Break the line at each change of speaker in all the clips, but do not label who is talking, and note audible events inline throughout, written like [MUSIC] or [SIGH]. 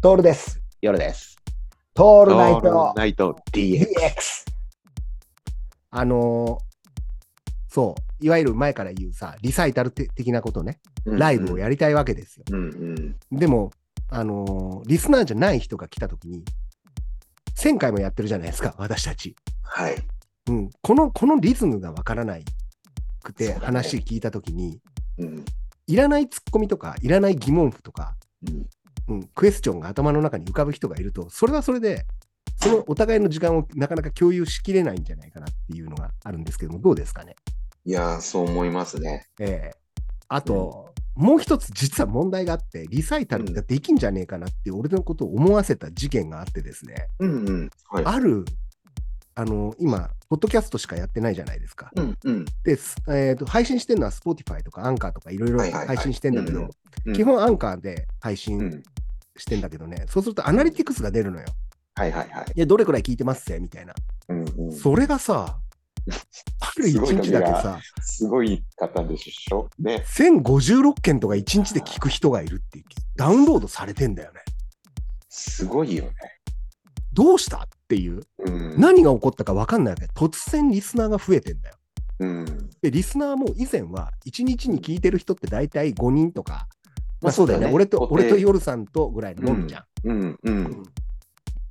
トールです。
夜です。
ト
オ
ールナイト
ナイト DX。
DX。あのーそう、いわゆる前から言うさ、リサイタルて的なことね、ライブを
や
やりたいわけですよ。
うんうん。
でも、あのーリスナーじゃない人が来たときに、1000回もやってるじゃないですか、私たち。
はい。
うん、この、このリズムがわからないくて、
そうだね
話聞いたときに、
うん
いらないツッコミとか、いらない疑問符とか、
うん
うん、クエスチョンが頭の中に浮かぶ人がいると、それはそれで、そのお互いの時間をなかなか共有しきれないんじゃないかなっていうのがあるんですけども、どうですかね。
いやー、そう思いますね。
ええあと、もう一つ実は問題があって、リサイタルができんじゃねえかなって、俺のことを思わせた事件があってですね、
うんうん。はい。
ある、あの、今、ポッドキャストしかやってないじゃないですか。
うんうん。
で、すえーと配信してるのは Spotify とかアンカーとかいろいろ
はいはいは
配
い
信してんだけど、
うん
基本アンカーで配
う
信
ん。
してんだけどね、そうするとアナリティクスが出るのよ。
はいはいはい。
いや、どれくらい聞いてますぜみたいな。
うんうん。
それが
[LAUGHS]
さ、ある一日だけさ、
すごい方でしょね。
1056件とか一日で聞く人がいるっていう、ダウンロードされてんだよね。
すごいよね。
どうしたっていう、
うん。
何が起こったか分かんないわけ。突然リスナーが増えてんだよ。
うん。
で、リスナーも以前は、一日に聞いてる人って大体5人とか、ま
ま
あ
あ
そうだよね、
そうだね
俺と
固定
俺と夜さんとぐらいのみちゃん。
うんうん。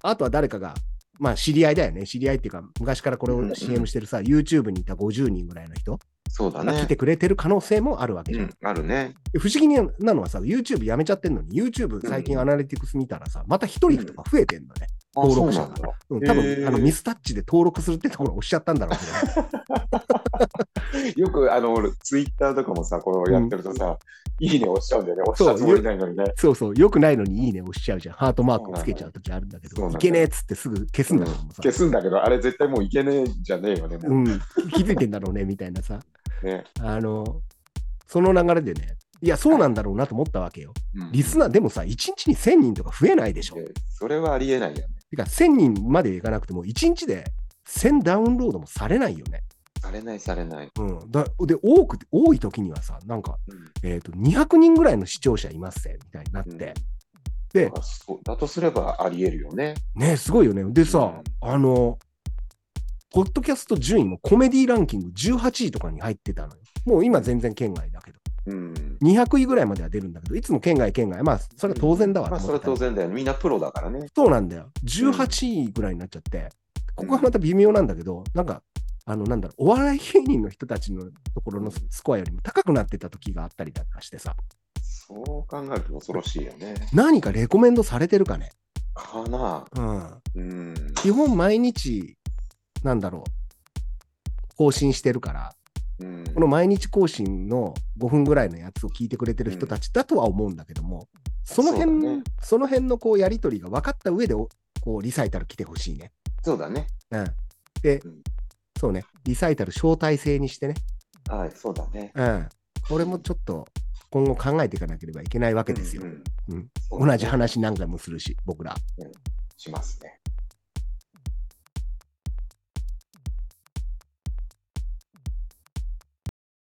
あとは誰かが、まあ知り合いだよね、知り合いっていうか、昔からこれ
うんう
を
ん
CM してるさ、YouTube にいた50人ぐらいの人
そうだ
が来
ね
て。くれてる可能性もあるわけじゃ
うんん。。あるね。
で不思議なのはさ、YouTube やめちゃってんのに、YouTube 最近アナリティクス見たらさ、また一人とか増えてんのね。
あ
登録
そ
者
うなんだ。
うん、多
へ
分
ー
あのミスタッチで登録するってところを押しちゃったんだろうけど、
よく、あの、俺ツイッターとかもさ、これをやってるとさ、いいね押しちゃうんだよね。押し
そう
たつもりないのにね。
そうそう、よくないのにいいね押しちゃうじゃん。ハートマークつけちゃうときあるんだけ
そう
ど、
なん
い
だ
けねえっつってすぐ消すんだけどもさ、
消すんだけど、あれ絶対もういけねえんじゃねえよね。もう
うん、気づいてんだろうねみたいなさ、
ね。
あの、その流れでね、いや、そうなんだろうなと思ったわけよ。
うん
リスナー、でもさ、1日に1000人とか増えないでしょ
い。やそれはありえないよね。
てか、1000人までいかなくても、1日で1000ダウンロードもされないよね。
されないされない。
うん、だで多く多い時にはさなんか、えー、と200人ぐらいの視聴者いますねみたいになっ
うん
て、、
うん
で
だからそうだとすればありえるよね。
ねすごいよねでさ、
うん
あのポッドキャスト順位もコメディランキング18位とかに入ってたのよもう今全然県外だけど
うん。
200位ぐらいまでは出るんだけどいつも県外県外まあそれは当然だわと
まあ、
思
それは
ってた
当
の、
然だよね。みんなプロだからね。
そうなんだよ18位ぐらいになっちゃって、ここはまた微妙なんだけどなんかあのなんだろうお笑い芸人の人たちのところのスコアよりも高くなってた時があったりとかしてさ
そう考えると恐ろしいよね。
何かレコメンドされてるかね。
かな。
うん。
うん。
基本毎日、なんだろう、更新してるから、
うん、
この毎日更新の5分ぐらいのやつを聞いてくれてる人たちだとは思うんだけども、その辺、
そう
そ
だ
の
ね
辺のこうやりとりが分かった上で、おこう、リサイタル来てほしいね。
そうだね。
うん。で、
うん
そうね、リサイタル招待制にしてね。
はい、そうだね。
うん。これもちょっと、今後考えていかなければいけないわけですよ。
うん
うん
そうだね
同じ話何回もするし、僕ら。
しますね。